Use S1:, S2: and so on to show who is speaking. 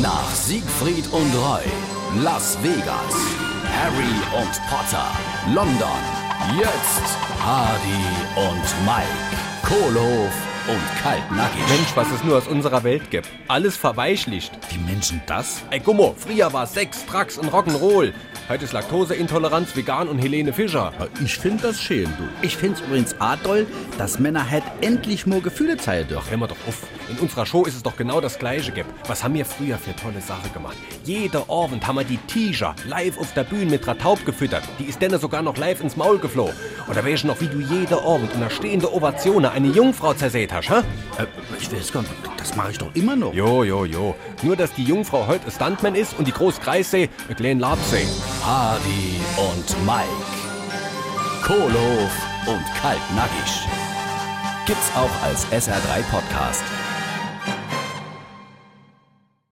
S1: Nach Siegfried und Roy, Las Vegas, Harry und Potter, London, jetzt Hardy und Mike, Kohlhoff und Kaltnackig.
S2: Mensch, was es nur aus unserer Welt gibt. Alles verweichlicht.
S1: Die Menschen das?
S2: Ey, Gummo, früher war Sex, Trax und Rock'n'Roll. Heute ist Laktoseintoleranz, vegan und Helene Fischer.
S1: Ich find das schön, du. Ich find's übrigens adoll, dass Männer halt endlich mal Gefühle zeigen dürfen.
S2: Hör mal doch auf. In unserer Show ist es doch genau das Gleiche, Gap. Was haben wir früher für tolle Sachen gemacht? Jeder Abend haben wir die Tiger live auf der Bühne mit Rataub gefüttert. Die ist dann sogar noch live ins Maul geflogen. Oder weißt du noch, wie du jeder Abend unter stehender Ovation eine Jungfrau zersäht hast, hä?
S1: Äh, ich weiß gar nicht, das mache ich doch immer noch.
S2: Jo, jo, jo. Nur, dass die Jungfrau heute ein Stuntman ist und die groß Kreissee ein kleinen Labsee.
S1: Hardy und Mike. Kohlof und Kaltnackig. Gibt's auch als SR3 Podcast.